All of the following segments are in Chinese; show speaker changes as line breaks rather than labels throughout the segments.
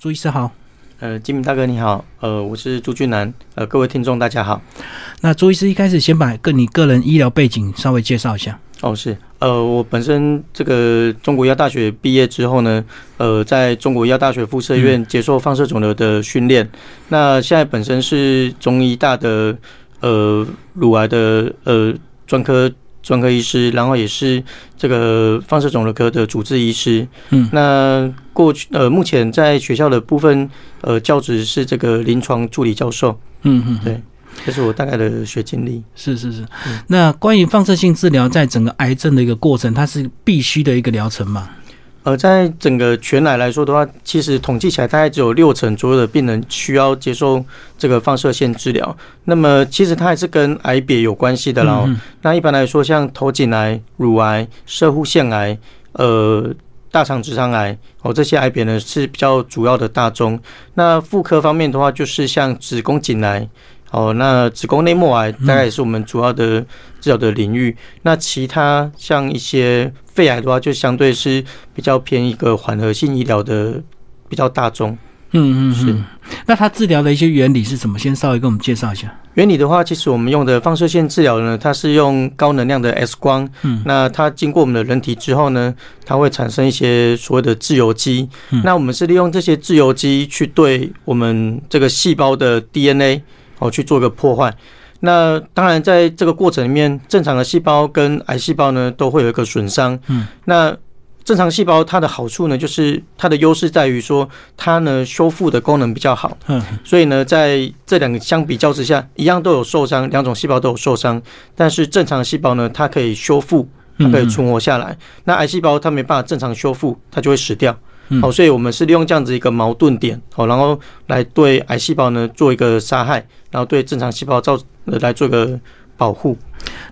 朱医师好，
呃，金明大哥你好，呃，我是朱俊南，呃，各位听众大家好。
那朱医师一开始先把个你个人医疗背景稍微介绍一下。
哦，是，呃，我本身这个中国医药大学毕业之后呢，呃，在中国医药大学附设院接受放射肿瘤的训练。那现在本身是中医大的呃乳癌的呃专科专科医师，然后也是这个放射肿瘤科的主治医师。
嗯
那过去呃，目前在学校的部分呃教职是这个临床助理教授，
嗯嗯，
对这是我大概的学经历。
是是是
嗯。
那关于放射性治疗在整个癌症的一个过程，它是必须的一个疗程嘛？
呃，在整个全来来说的话，其实统计起来大概只有六成左右的病人需要接受这个放射线治疗。那么其实它还是跟癌别有关系的啦、哦
嗯，嗯
那一般来说，像头颈癌、乳癌、射护腺癌、呃大肠直肠癌哦这些癌别呢是比较主要的大宗。那妇科方面的话，就是像子宫颈癌。哦，那子宫内膜癌大概也是我们主要的治疗的领域。那其他像一些肺癌的话，就相对是比较偏一个缓和性医疗的比较大宗。
嗯嗯，
是
嗯。那它治疗的一些原理是什么？先稍微给我们介绍一下。
原理的话，其实我们用的放射线治疗呢，它是用高能量的 X 光，
嗯
那它经过我们的人体之后呢，它会产生一些所谓的自由基，
嗯
那我们是利用这些自由基去对我们这个细胞的 DNA 哦去做个破坏。那当然，在这个过程里面，正常的细胞跟癌细胞呢都会有一个损伤。
嗯，
那正常细胞它的好处呢，就是它的优势在于说，它呢修复的功能比较好。
嗯
所以呢，在这两个相比较之下，一样都有受伤，两种细胞都有受伤，但是正常的细胞呢，它可以修复，它
嗯，
可以存活下来。那癌细胞它没办法正常修复，它就会死掉。
嗯
好、所以我们是利用这样子一个矛盾点，好、然后来对癌细胞呢做一个杀害，然后对正常细胞造呃来做一个保护。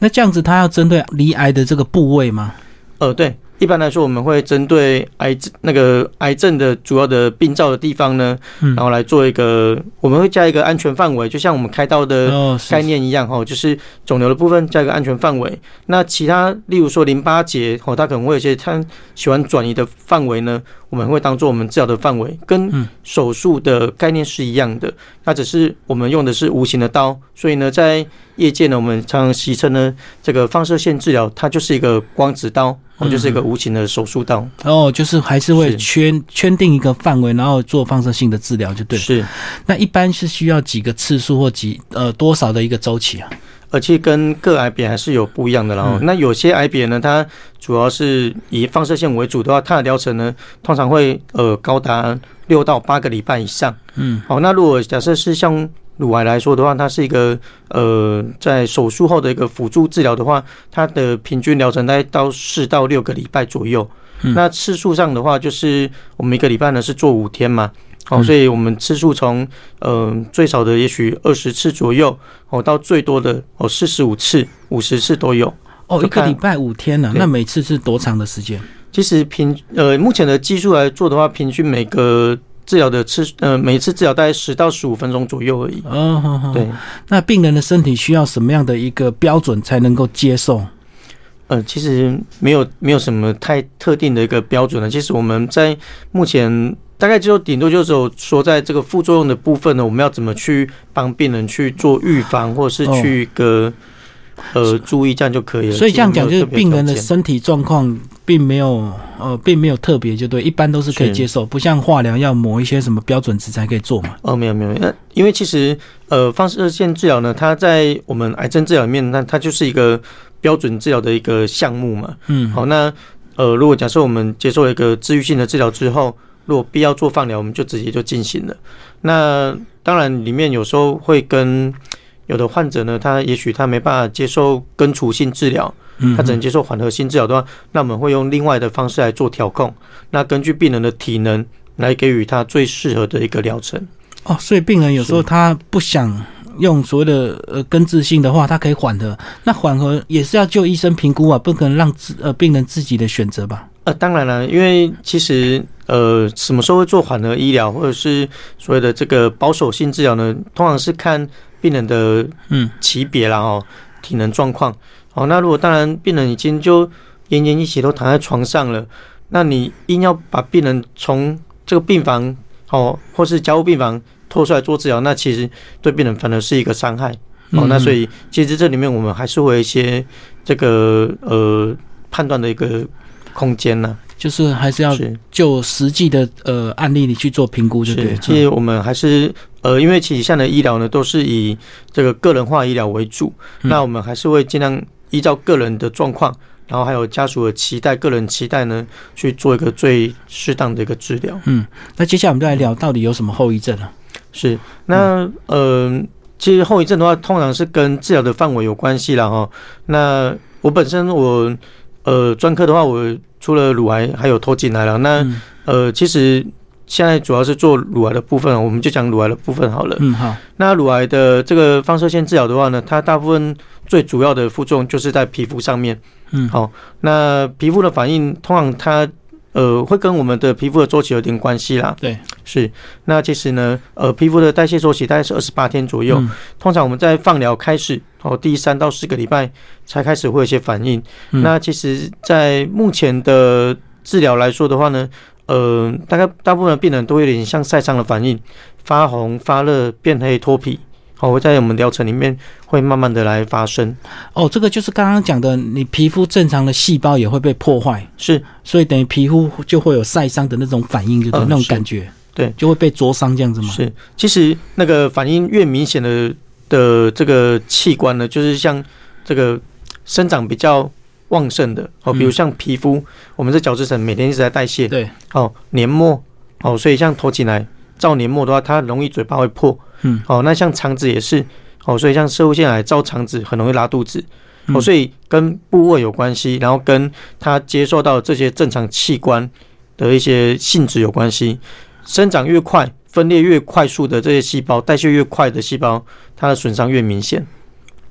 那这样子，它要针对离癌的这个部位吗？
呃，对，一般来说我们会针对癌症那个癌症的主要的病灶的地方呢，
嗯
然后来做一个，我们会加一个安全范围，就像我们开刀的
哦，是
嗯概念一样哈，就是肿瘤的部分加一个安全范围。那其他，例如说淋巴结哦，它可能会有一些它喜欢转移的范围呢，我们会当做我们治疗的范围，
嗯
跟手术的概念是一样的。那只是我们用的是无形的刀，所以呢，在业界呢，我们常常戏称呢，这个放射线治疗它就是一个光子刀，哦，
嗯
就是一个无形的手术刀。
哦，就是还是会
是
圈圈定一个范围，然后做放射性的治疗就对了。
是。
那一般是需要几个次数或几呃多少的一个周期啊？
而且跟各癌别还是有不一样的啦、哦
嗯
那有些癌别呢，它主要是以放射线为主的话，它的疗程呢，通常会呃高达六到八个礼拜以上。
嗯，
好、那如果假设是像乳癌来说的话，它是一个呃在手术后的一个辅助治疗的话，它的平均疗程大概到四到六个礼拜左右。
嗯
那次数上的话，就是我们一个礼拜呢是做五天嘛。哦，
嗯
所以我们次数从呃最少的也许二十次左右，哦到最多的哦四十五次、五十次都有。
哦，
就
一个
看
礼拜五天呢、
对
那每次是多长的时间？
其实平呃目前的技术来做的话，平均每个治疗的次呃每一次治疗大概十到十五分钟左右而已。
哦，好好
对。，
那病人的身体需要什么样的一个标准才能够接受？
呃，其实没有没有什么太特定的一个标准了。啊其实我们在目前大概就顶多就只有说，在这个副作用的部分呢，我们要怎么去帮病人去做预防，或是
哦
去一个、呃注意，这样就可以了。
所以这样讲，
其
就
实
是
没有
病
特别
人的
条件
身体状况并没有呃，并没有特别，就对，一般都是可以
是
接受，不像化疗要抹一些什么标准值才可以做嘛。
哦，没有没有，那因为其实呃，放射线治疗呢，它在我们癌症治疗里面，那它就是一个标准治疗的一个项目嘛。
嗯，
好，那呃，如果假设我们接受一个治愈性的治疗之后，如果必要做放疗，我们就直接就进行了。那当然，里面有时候会跟有的患者呢，他也许他没办法接受根除性治疗，
嗯，
他只能接受缓和性治疗的话，那我们会用另外的方式来做调控。那根据病人的体能来给予他最适合的一个疗程。
哦，所以病人有时候
是
他不想用所谓的呃根治性的话，他可以缓和。那缓和也是要就医生评估啊，不可能让自呃病人自己的选择吧？
呃，当然了，因为其实呃，什么时候会做缓和医疗，或者是所谓的这个保守性治疗呢？通常是看病人的
嗯
级别啦哦，体能状况。哦，那如果当然病人已经就奄奄一息都躺在床上了，那你硬要把病人从这个病房哦，或是家务病房拖出来做治疗，那其实对病人反而是一个伤害。哦，
嗯
那所以其实这里面我们还是会有一些这个呃判断的一个空间呢、
就是还是要
是
就实际的呃案例你去做评估，就对
是，
了。
其实我们还是呃，因为其实现在的医疗呢，都是以这个个人化医疗为主，
嗯
那我们还是会尽量依照个人的状况，然后还有家属的期待、个人期待呢，去做一个最适当的一个治疗。
那接下来我们就来聊到底有什么后遗症啊？
是，那呃，其实后遗症的话，通常是跟治疗的范围有关系啦。哈。那我本身我呃专科的话，我除了乳癌还有头颈癌了。那
嗯
呃，其实现在主要是做乳癌的部分，我们就讲乳癌的部分好了。
嗯，好，
那乳癌的这个放射线治疗的话呢，它大部分最主要的副作用就是在皮肤上面。
嗯，
好那皮肤的反应，通常它呃会跟我们的皮肤的周期有点关系啦。
对，
是。那其实呢，呃，皮肤的代谢周期大概是二十八天左右。
嗯
通常我们在放疗开始哦，第三到四个礼拜才开始会有一些反应。
嗯
那其实，在目前的治疗来说的话呢，呃，大概大部分的病人都有点像晒伤的反应，发红、发热、变黑、脱皮。好、会在我们疗程里面会慢慢的来发生。
哦，这个就是刚刚讲的，你皮肤正常的细胞也会被破坏，
是
所以等于皮肤就会有晒伤的那种反应，就对、
嗯
那种
是
感觉，
对
就会被灼伤这样子嘛。
是，其实那个反应越明显的的这个器官呢，就是像这个生长比较旺盛的哦，比如
嗯
像皮肤，我们这角质层每天一直在代谢，
对，
哦，黏膜哦，所以像头颈癌造黏膜的话，它容易嘴巴会破，
嗯，
哦，那像肠子也是，哦，所以像射物腺癌造肠子很容易拉肚子，哦，
嗯
所以跟部位有关系，然后跟它接受到这些正常器官的一些性质有关系，生长越快。分裂越快速的这些细胞，代谢越快的细胞，它的损伤越明显。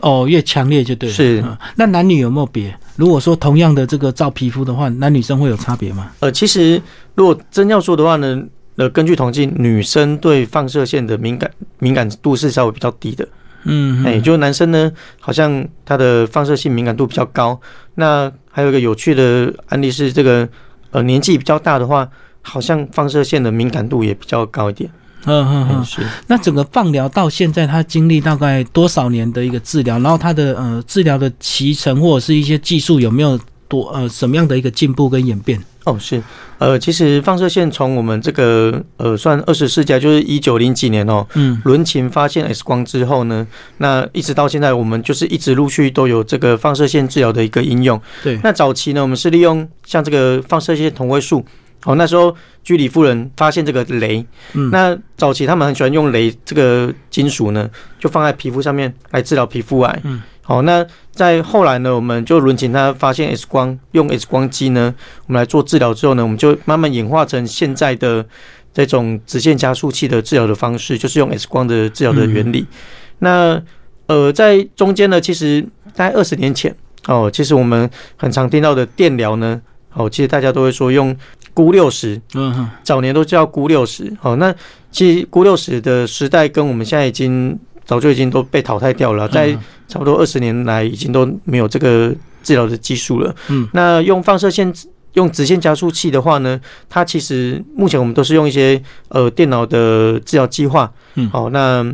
哦，越强烈就对了。
是
嗯那男女有没有别？如果说同样的这个照皮肤的话，男女生会有差别吗？
呃，其实如果真要说的话呢，呃，根据统计，女生对放射线的敏感敏感度是稍微比较低的。
嗯，
哎、就是男生呢，好像他的放射性敏感度比较高。那还有一个有趣的案例是，这个呃年纪比较大的话，好像放射线的敏感度也比较高一点。
嗯嗯
嗯，
嗯。
是
那整个放疗到现在，他经历大概多少年的一个治疗？然后他的呃治疗的脐程或者是一些技术有没有多呃什么样的一个进步跟演变？
哦，是呃，其实放射线从我们这个呃算二十世纪啊，就是一九零几年哦，
嗯
伦琴发现 X 光之后呢，那一直到现在，我们就是一直陆续都有这个放射线治疗的一个应用。
对
那早期呢，我们是利用像这个放射线同位素。哦，那时候居里夫人发现这个镭，
嗯
那早期他们很喜欢用镭这个金属呢，就放在皮肤上面来治疗皮肤癌。
嗯，
好，那在后来呢，我们就伦琴他发现 X 光，用 X 光机呢，我们来做治疗之后呢，我们就慢慢演化成现在的这种直线加速器的治疗的方式，就是用 X 光的治疗的原
嗯
理。那呃，在中间呢，其实大概二十年前哦，其实我们很常听到的电疗呢，哦，其实大家都会说用钴六十，
嗯哼
早年都叫钴六十，好，那其实钴六十的时代跟我们现在已经早就已经都被淘汰掉了，在
嗯
差不多二十年来已经都没有这个治疗的技术了。
嗯，
那用放射线用直线加速器的话呢，它其实目前我们都是用一些呃电脑的治疗计划，
嗯
好，那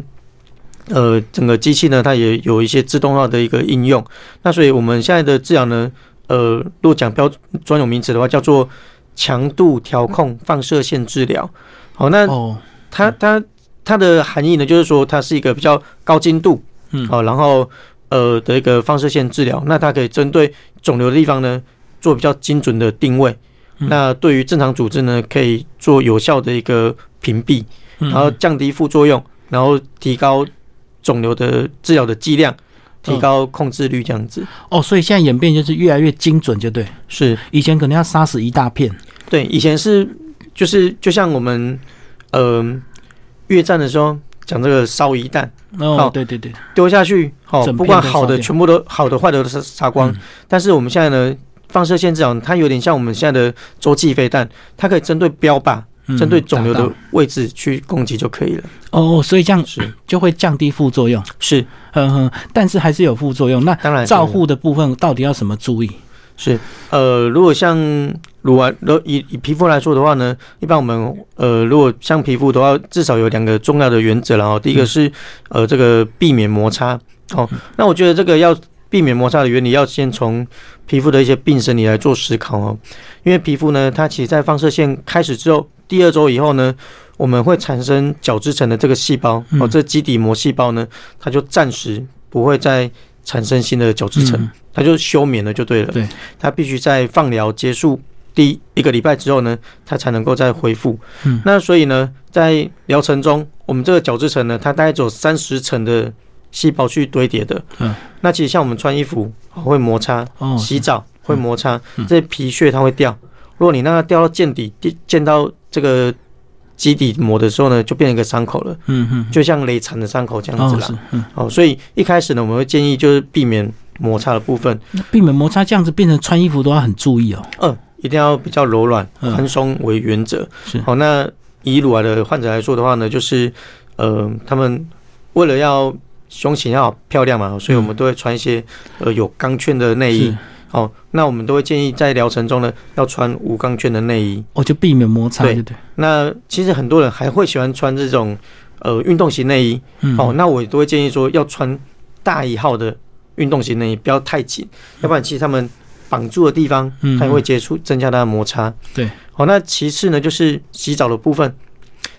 呃整个机器呢，它也有一些自动化的一个应用。那所以我们现在的治疗呢，呃，如果讲标专有名词的话，叫做强度调控放射线治疗。好，那
哦
它它它的含义呢，就是说它是一个比较高精度，
嗯
好、哦然后呃的一个放射线治疗，那它可以针对肿瘤的地方呢做比较精准的定位，
嗯
那对于正常组织呢可以做有效的一个屏蔽，
嗯
然后降低副作用，然后提高肿瘤的治疗的剂量，
嗯
提高控制率这样子。
哦，所以现在演变就是越来越精准，就对。
是
以前可能要杀死一大片，
对，以前是就是就像我们嗯、越战的时候讲这个烧一弹。
哦
好，
对对对，
丢下去，好、
整片
不管
都
好
烧
的
掉
全部都好的坏的都是杀光。
嗯
但是我们现在呢，放射线治疗它有点像我们现在的洲际飞弹，它可以针对标靶、
嗯
针对肿瘤
打
的
到
位置去攻击就可以了。
哦，所以这样
是
就会降低副作用，
是，
哼哼，但是还是有副
哎
作用。那
当然
照护的部分到底要什么注意？
是呃，如果像乳癌，如果以以皮肤来说的话呢，一般我们呃，如果像皮肤的话，至少有两个重要的原则啦，然后哦第一个是呃，这个避免摩擦哦。那我觉得这个要避免摩擦的原理，要先从皮肤的一些病生理来做思考哦。因为皮肤呢，它其实在放射线开始之后，第二周以后呢，我们会产生角质层的这个细胞哦，
嗯
这基底膜细胞呢，它就暂时不会再产生新的角质层。
嗯
它就休眠了就对了。
对，
它必须在放疗结束第一个礼拜之后呢，它才能够再恢复。
嗯
那所以呢，在疗程中，我们这个角质层呢，它大概只有三十层的细胞去堆叠的。
嗯，
那其实像我们穿衣服哦会摩擦，
哦，
洗澡会摩擦，
嗯
这些皮屑它会掉。如果你让它掉到见底，地见到这个基底膜的时候呢，就变成一个伤口了，
嗯嗯，
就像雷残的伤口这样子
哦
啦。
是，嗯，
哦，所以一开始呢，我们会建议就是避免摩擦的部分，
那避免摩擦，这样子变成穿衣服都要很注意哦。
二一定要比较柔软、
嗯
宽松为原则。
是
好，那以乳癌的患者来说的话呢，就是呃，他们为了要胸型要漂亮嘛，所以我们都会穿一些呃有钢圈的内
嗯
衣
是。，
好，那我们都会建议在疗程中呢，要穿无钢圈的内衣。
哦，就避免摩擦，
对
对对，
那其实很多人还会喜欢穿这种呃运动型内衣，
嗯，
哦，，那我也都会建议说要穿大一号的运动型内衣，不要太紧，要不然其实他们绑住的地方，
嗯
它也会接触增加它的摩擦。
对，
好、那其次呢就是洗澡的部分，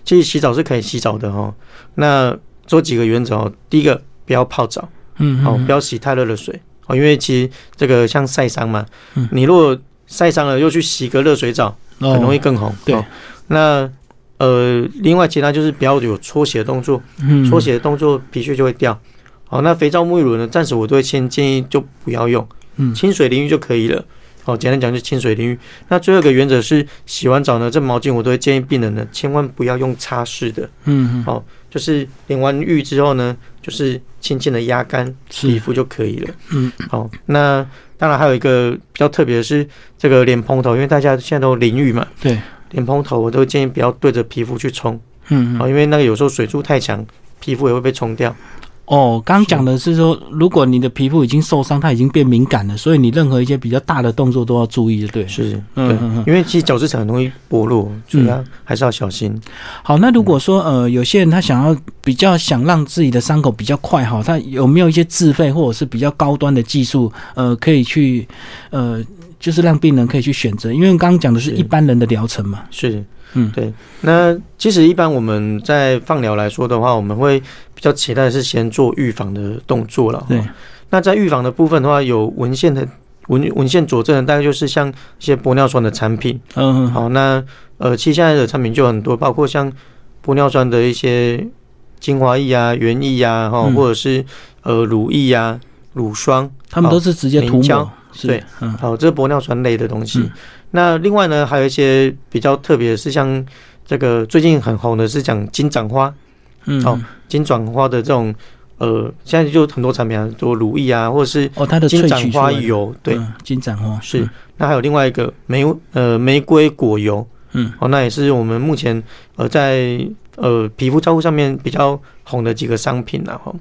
其实洗澡是可以洗澡的哦。那做几个原则哦，第一个不要泡澡，
嗯，
哦，
嗯
不要洗太热的水哦，因为其实这个像晒伤嘛，
嗯
你如果晒伤了又去洗个热水澡，很容易，更红。
对
哦那呃，另外其他就是不要有搓洗的动作。
嗯
搓洗的动作皮屑就会掉。好，那肥皂沐浴乳呢？暂时我都会先建议就不要用，
嗯
清水淋浴就可以了。好，简单讲就是清水淋浴。那最后一个原则是，洗完澡呢，这毛巾我都会建议病人呢，千万不要用擦拭的，
嗯，嗯
哦就是淋完浴之后呢，就是轻轻的压干皮
是，
肤就可以了。
嗯，
好，那当然还有一个比较特别的是，这个脸蓬头，因为大家现在都淋浴嘛，
对，
脸蓬头我都会建议不要对着皮肤去冲，
嗯，嗯
哦，因为那个有时候水柱太强，皮肤也会被冲掉。
哦，刚刚讲的是说，如果你的皮肤已经受伤，它已经变敏感了，所以你任何一些比较大的动作都要注意，对了。
是，
嗯
对，
嗯嗯
因为其实角质层很容易剥落，所以它还是要小心。
好，那如果说呃，有些人他想要比较想让自己的伤口比较快好，他有没有一些自费或者是比较高端的技术，呃，可以去呃，就是让病人可以去选择？因为刚刚讲的是
是
一般人的疗程嘛，
是，
嗯
对。那其实一般我们在放疗来说的话，我们会比较期待是先做预防的动作了。
对，
那在预防的部分的话，有文献的文文献佐证的，大概就是像一些玻尿酸的产品。
嗯、
好，那呃，其实现在的产品就很多，包括像玻尿酸的一些精华液啊、原液啊，哈，
嗯
或者是呃乳液啊、乳霜。
他们都是直接涂
凝胶
抹，是
对，
嗯
好，哦这是玻尿酸类的东西。
嗯
那另外呢，还有一些比较特别的是，像这个最近很红的是讲金盏花，
嗯，
好金盏花的这种呃，现在就很多产品啊，多如意啊，或者是
哦，它的
金
萃
盏
取出
花
来的，
油，对。
嗯，金盏花
是，那还有另外一个玫呃玫瑰果油，
嗯
哦，那也是我们目前呃在呃皮肤照顾上面比较红的几个商品然后、哦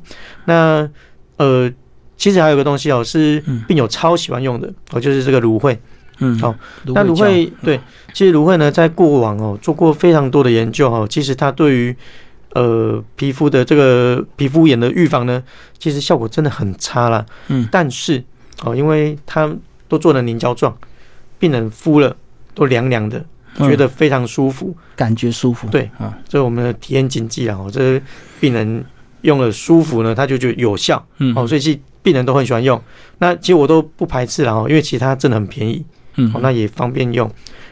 那呃其实还有一个东西哦，是
嗯
病友超喜欢用的哦，就是这个芦荟。
嗯，
好
芦
那
胶，
芦荟
嗯
对，其实芦荟呢，在过往哦做过非常多的研究哦，其实它对于呃皮肤的这个皮肤炎的预防呢，其实效果真的很差啦。
嗯
但是哦，因为它都做了凝胶状，病人敷了都凉凉的，
嗯
觉得非常舒服，
感觉舒服，
对，
啊，
这是我们的体验经济啦。哦，这是病人用了舒服呢，他就觉得有效
嗯，
哦，所以其实病人都很喜欢用。那其实我都不排斥啦哦，因为其实它真的很便宜。
嗯
哦，那也方便用。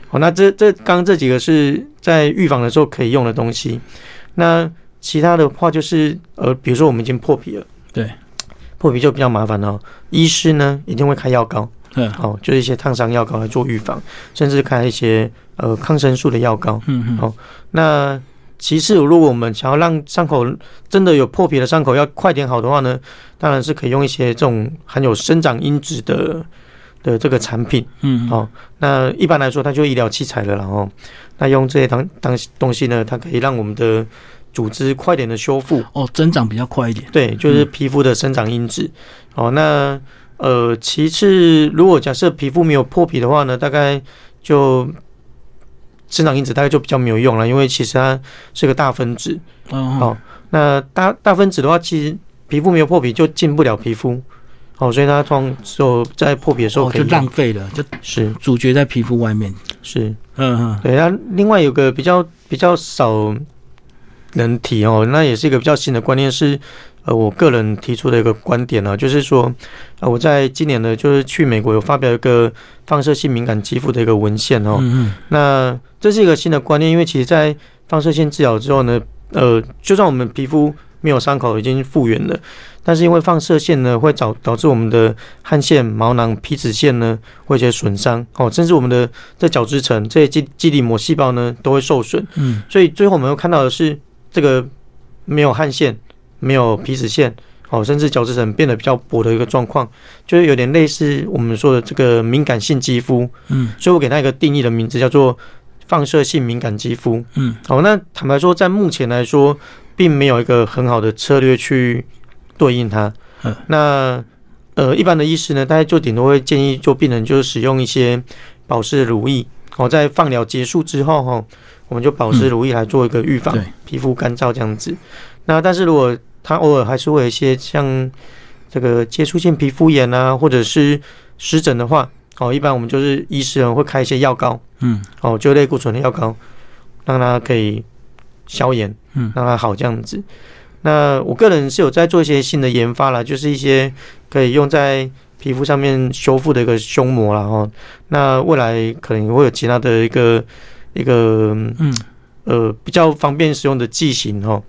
哦，那这这刚刚这几个是在预防的时候可以用的东西。那其他的话就是呃，比如说我们已经破皮了，
对，
破皮就比较麻烦了哦。医师呢一定会开药膏，
嗯
哦，就是一些烫伤药膏来做预防，甚至开一些呃抗生素的药膏。
嗯
好那其次，如果我们想要让伤口真的有破皮的伤口要快点好的话呢，当然是可以用一些这种含有生长因子的的这个产品。
嗯，
好那一般来说，它就医疗器材了啦，然后那用这些当当东西呢，它可以让我们的组织快点的修复，
哦，增长比较快一点，
对，
嗯
就是皮肤的生长因子。哦，那呃，其次，如果假设皮肤没有破皮的话呢，大概就生长因子大概就比较没有用了，因为其实它是个大分子。
嗯，
好那大大分子的话，其实皮肤没有破皮就进不了皮肤，好、所以它通常只有在破皮的时候
哦，
可以
就
用、
浪费了，就是主角在皮肤外面。
是，
嗯嗯，
对。那另外有个比较比较少人提哦，那也是一个比较新的观念是。呃，我个人提出的一个观点呢、啊，就是说，呃，我在今年呢，就是去美国有发表一个放射性敏感肌肤的一个文献哦，
嗯嗯，
那这是一个新的观念，因为其实，在放射线治疗之后呢，呃，就算我们皮肤没有伤口，已经复原了，但是因为放射线呢，会导导致我们的汗腺、毛囊、皮脂腺呢，会有一些损伤哦，甚至我们的这角质层、这些基基底膜细胞呢，都会受损。
嗯，
所以最后我们会看到的是，这个没有汗腺，没有皮脂腺，哦，甚至角质层变得比较薄的一个状况，就是有点类似我们说的这个敏感性肌肤。
嗯，
所以我给它一个定义的名字叫做放射性敏感肌肤。
嗯，
好、那坦白说，在目前来说，并没有一个很好的策略去对应它。
嗯，
那呃，一般的医师呢，大概就顶多会建议，就病人就是使用一些保湿的乳液。哦，在放疗结束之后，哈、我们就保湿乳液来做一个预防、
嗯对
皮肤干燥这样子。那但是如果它偶尔还是会有一些像这个接触性皮肤炎啊，或者是湿疹的话，哦，一般我们就是医师人会开一些药膏，
嗯，
哦，就类固醇的药膏，让它可以消炎，
嗯
让它好这样子。那我个人是有在做一些新的研发啦，就是一些可以用在皮肤上面修复的一个胸膜啦，哦，那未来可能会有其他的一个一个
嗯
呃比较方便使用的剂型哦。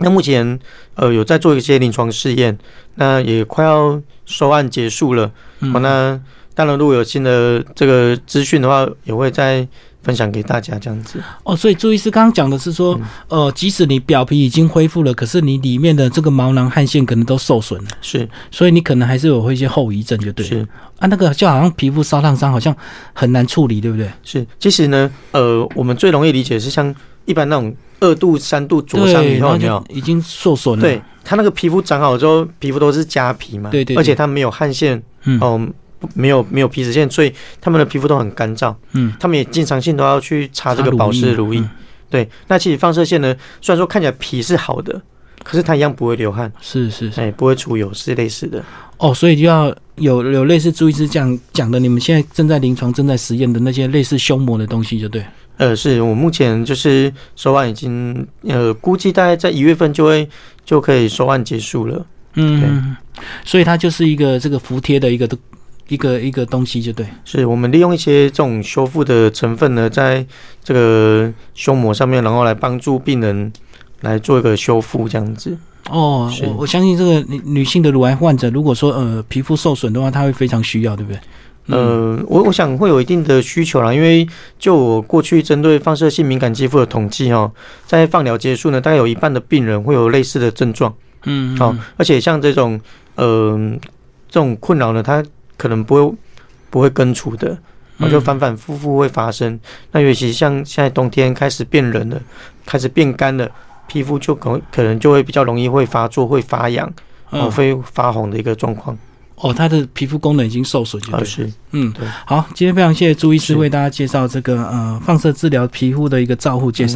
那目前呃有在做一些临床试验，那也快要收案结束了。
嗯，
好、那当然如果有新的这个资讯的话，也会再分享给大家这样子。
哦，所以朱医师刚刚讲的是
嗯
说，呃，即使你表皮已经恢复了，可是你里面的这个毛囊、汗腺可能都受损了，
是
所以你可能还是有会一些后遗症，就对了。
是
啊，那个就好像皮肤烧烫伤，好像很难处理，对不对？
是，其实呢，呃，我们最容易理解是像一般那种二度、三度灼伤
对，
以
然
后，
后
有没有
就？嗯已经受损了。
对，，它那个皮肤长好之后，皮肤都是痂皮嘛，
对对对
而且它没有汗腺，
嗯
哦，不没有没有皮脂腺，所以他们的皮肤都很干燥，
嗯，
他们也经常性都要去擦这个保湿乳液
嗯，
对，那其实放射线呢，虽然说看起来皮是好的，可是它一样不会流汗，
是是是。
哎，不会出油，是类似的，
哦，所以就要有有类似朱医师讲讲的，你们现在正在临床、正在实验的那些类似胸膜的东西，就对。
呃，是我目前就是收案已经，呃，估计大概在一月份就会就可以收案结束了，
嗯，所以它就是一个这个服帖的一个一个一个东西，就对。
是我们利用一些这种修复的成分呢，在这个胸膜上面，然后来帮助病人来做一个修复，这样子。
哦，
是
我我相信这个女女性的乳癌患者，如果说呃皮肤受损的话，她会非常需要，对不对？嗯，
呃，我我想会有一定的需求啦，因为就我过去针对放射性敏感肌肤的统计哦，在放疗结束呢，大概有一半的病人会有类似的症状。
嗯，
好、哦而且像这种呃这种困扰呢，它可能不会不会根除的，我
嗯
就反反复复会发生。那尤其像现在冬天开始变冷了，开始变干了，皮肤就可可能就会比较容易会发作、会发痒、哦，
嗯，
会发红的一个状况。
哦，她的皮肤功能已经受损，就
啊，
对。
是
嗯
对，
好，今天非常谢谢朱医师
是
为大家介绍这个呃放射治疗皮肤的一个照护介绍。